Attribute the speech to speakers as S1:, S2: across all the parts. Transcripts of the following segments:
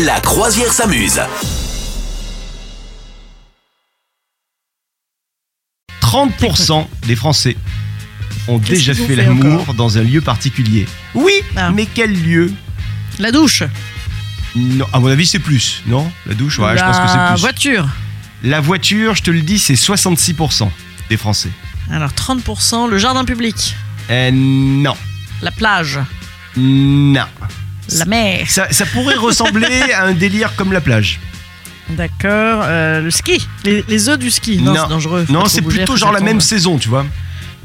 S1: La croisière s'amuse.
S2: 30% des Français ont déjà
S3: qu'ils ont
S2: fait
S3: fait
S2: l'amour dans un lieu particulier. Oui,
S3: Ah.
S2: mais quel lieu
S3: La douche.
S2: non, à mon avis, c'est plus, non La douche, ouais, je pense que
S3: La
S2: c'est plus.
S3: voiture.
S2: La voiture, je te le dis, c'est 66% des Français.
S3: Alors 30%, le jardin public,
S2: Euh, non,
S3: la plage,
S2: non.
S3: la mer.
S2: Ça, ça pourrait ressembler à un délire comme la plage.
S3: D'accord, euh, le ski, les, les œufs du ski. Non,
S2: Non.
S3: c'est dangereux. faut
S2: Non,
S3: pas
S2: c'est
S3: trop bouger,
S2: plutôt
S3: faut
S2: genre
S3: que
S2: la
S3: ça
S2: même
S3: tombe.
S2: saison, tu vois.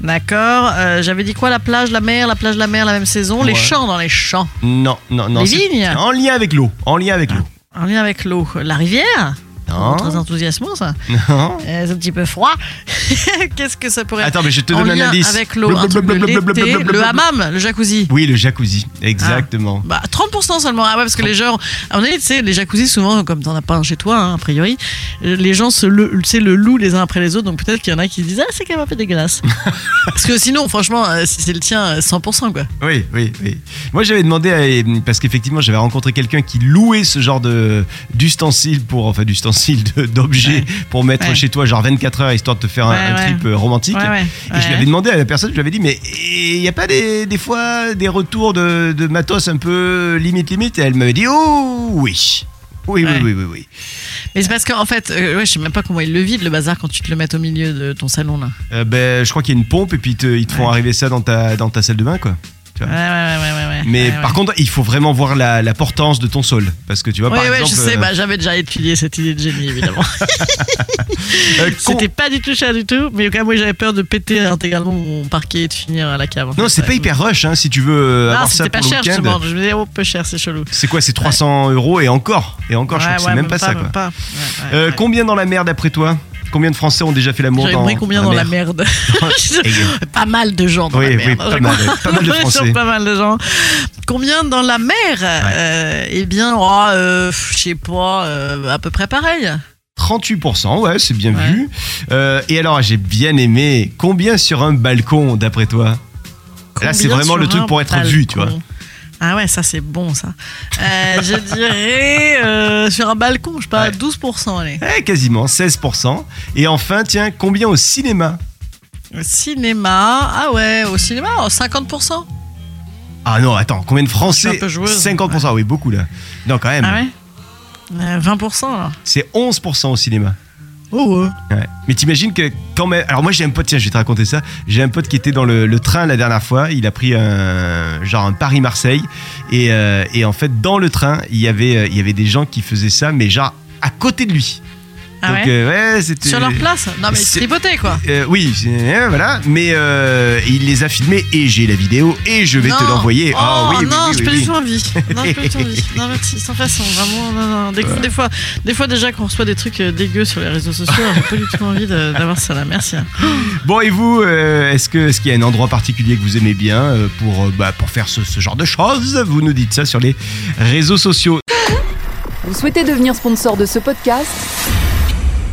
S3: D'accord, euh, j'avais dit quoi La plage, la mer, la plage, la mer, la même saison. Les
S2: Ouais.
S3: champs dans les champs.
S2: Non, non, non.
S3: Les
S2: c'est-
S3: vignes Ah.
S2: En lien avec l'eau. En lien avec l'eau.
S3: En lien avec l'eau. La rivière
S2: Non.
S3: Très enthousiasmant ça.
S2: Non.
S3: Euh, c'est un petit peu froid. Qu'est-ce que ça pourrait être
S2: Attends, mais je te
S3: En
S2: donne un
S3: lien
S2: indice.
S3: avec l'eau, un truc de l'été, le
S2: Blablabla.
S3: hammam, le jacuzzi.
S2: Oui, le jacuzzi, exactement.
S3: Bah 30% seulement. Ah ouais, parce que les gens, on est, tu sais, les jacuzzis souvent, comme t'en as pas un chez toi, hein, a priori, euh, les gens se le, tu sais, le louent les uns après les autres. Donc peut-être qu'il y en a qui se disent ah c'est quand même un peu dégueulasse. parce que sinon, franchement, euh, si c'est le tien, euh, 100% quoi.
S2: Oui, oui, oui. Moi, j'avais demandé, à, parce qu'effectivement, j'avais rencontré quelqu'un qui louait ce genre de d'ustensile pour, enfin, d'ustensile de- d'objet
S3: Ouais.
S2: pour mettre
S3: Ouais.
S2: chez toi, genre 24 heures, histoire de te faire un,
S3: Ouais,
S2: un
S3: ouais.
S2: trip euh, romantique. Et je lui avais demandé à la personne, je lui avais dit, mais il n'y a pas des, des fois des retours de, de matos un peu limite limite Et elle m'avait dit, oh oui. Oui,
S3: Ouais.
S2: oui, oui, oui, oui.
S3: Mais c'est parce qu'en fait, euh, ouais, je sais même pas comment ils le vident le bazar quand tu te le mets au milieu de ton salon là.
S2: Euh, ben, je crois qu'il y a une pompe et puis ils te- ils te font
S3: Ouais.
S2: arriver ça dans ta, dans ta salle de bain, quoi.
S3: Ouais, ouais, ouais, ouais, ouais, ouais.
S2: Mais
S3: Ouais, ouais.
S2: par contre, il faut vraiment voir la, la portance de ton sol. Parce que tu vois,
S3: Oui,
S2: par
S3: ouais,
S2: exemple,
S3: je sais,
S2: euh,
S3: bah, j'avais déjà étudié cette idée de génie, évidemment.
S2: euh, con-
S3: C'était pas du tout cher du tout, mais quand même, moi j'avais peur de péter intégralement mon parquet et de finir à la cave. en
S2: Non,
S3: fait.
S2: c'est pas hyper rush hein, si tu veux euh,
S3: Non,
S2: avoir ça
S3: Ah, c'était
S2: pour
S3: pas
S2: le
S3: cher,
S2: week-end.
S3: justement. Je me disais, oh, peu cher, c'est chelou.
S2: C'est quoi C'est 300 euros et encore Et encore, je crois
S3: Ouais,
S2: que c'est
S3: ouais,
S2: même, pas, ça. Quoi.
S3: Même pas. Ouais, ouais,
S2: Euh,
S3: ouais.
S2: Combien dans la mer d'après toi Combien de Français ont déjà fait l'amour
S3: J'avais
S2: dans,
S3: pris combien dans, la merde
S2: Et-
S3: Pas mal de gens dans
S2: Oui,
S3: la
S2: oui,
S3: mer.
S2: pas mal, pas mal de
S3: Ouais, sur
S2: Français.
S3: pas mal de gens. Combien dans la mer Euh, Eh bien, oh, euh, je sais pas, euh, à peu près pareil.
S2: 38%, ouais, c'est bien
S3: Ouais.
S2: vu. Euh, et alors, j'ai bien aimé. Combien sur un balcon d'après toi Là, c'est
S3: Combien
S2: vraiment
S3: sur
S2: le truc
S3: un
S2: pour être vu, tu vois.
S3: balcon Ah ouais, ça c'est bon ça. Euh, je dirais euh, sur un balcon, je sais pas,
S2: Ouais.
S3: 12%. Allez.
S2: Eh, Quasiment, 16%. Et enfin, tiens, combien au cinéma
S3: Au Cinéma, ah ouais, au cinéma, oh, 50%.
S2: Ah non, attends, combien de
S3: Je
S2: Français
S3: suis un peu joueuse.
S2: 50%, oui, beaucoup là. Non, quand même,
S3: Ah ouais Euh, 20% alors.
S2: c'est 11% au cinéma.
S3: Oh ouais.
S2: Ouais. Mais t'imagines que quand même. Alors moi j'ai un pote, tiens, je vais te raconter ça. J'ai un pote qui était dans le, le train la dernière fois. Il a pris un genre un Paris Marseille et, euh, et en fait dans le train il y avait euh, il y avait des gens qui faisaient ça, mais genre à côté de lui.
S3: Ah
S2: Donc
S3: ouais
S2: euh, ouais, c'était.
S3: Sur leur place Non mais
S2: c'est-
S3: tripoté quoi.
S2: Euh, oui, c'est- euh, voilà. Mais euh, il les a filmés et j'ai la vidéo et je vais te
S3: Non.
S2: l'envoyer.
S3: Oh,
S2: Ah oui, oui,
S3: non,
S2: oui,
S3: j'ai
S2: oui,
S3: pas
S2: oui.
S3: du tout envie. Non, j'ai pas du tout envie. Non, merci, sans façon, vraiment. Non, non. Des, des fois, des fois, déjà qu'on reçoit des trucs euh, dégueux sur les réseaux sociaux, j'ai pas du tout envie de- d'avoir ça là. Merci.
S2: Bon et vous, euh, est-ce que est-ce qu'il y a un endroit particulier que vous aimez bien euh, pour euh, bah, pour faire ce, ce genre de choses Vous nous dites ça sur les réseaux sociaux.
S4: Vous souhaitez devenir sponsor de ce podcast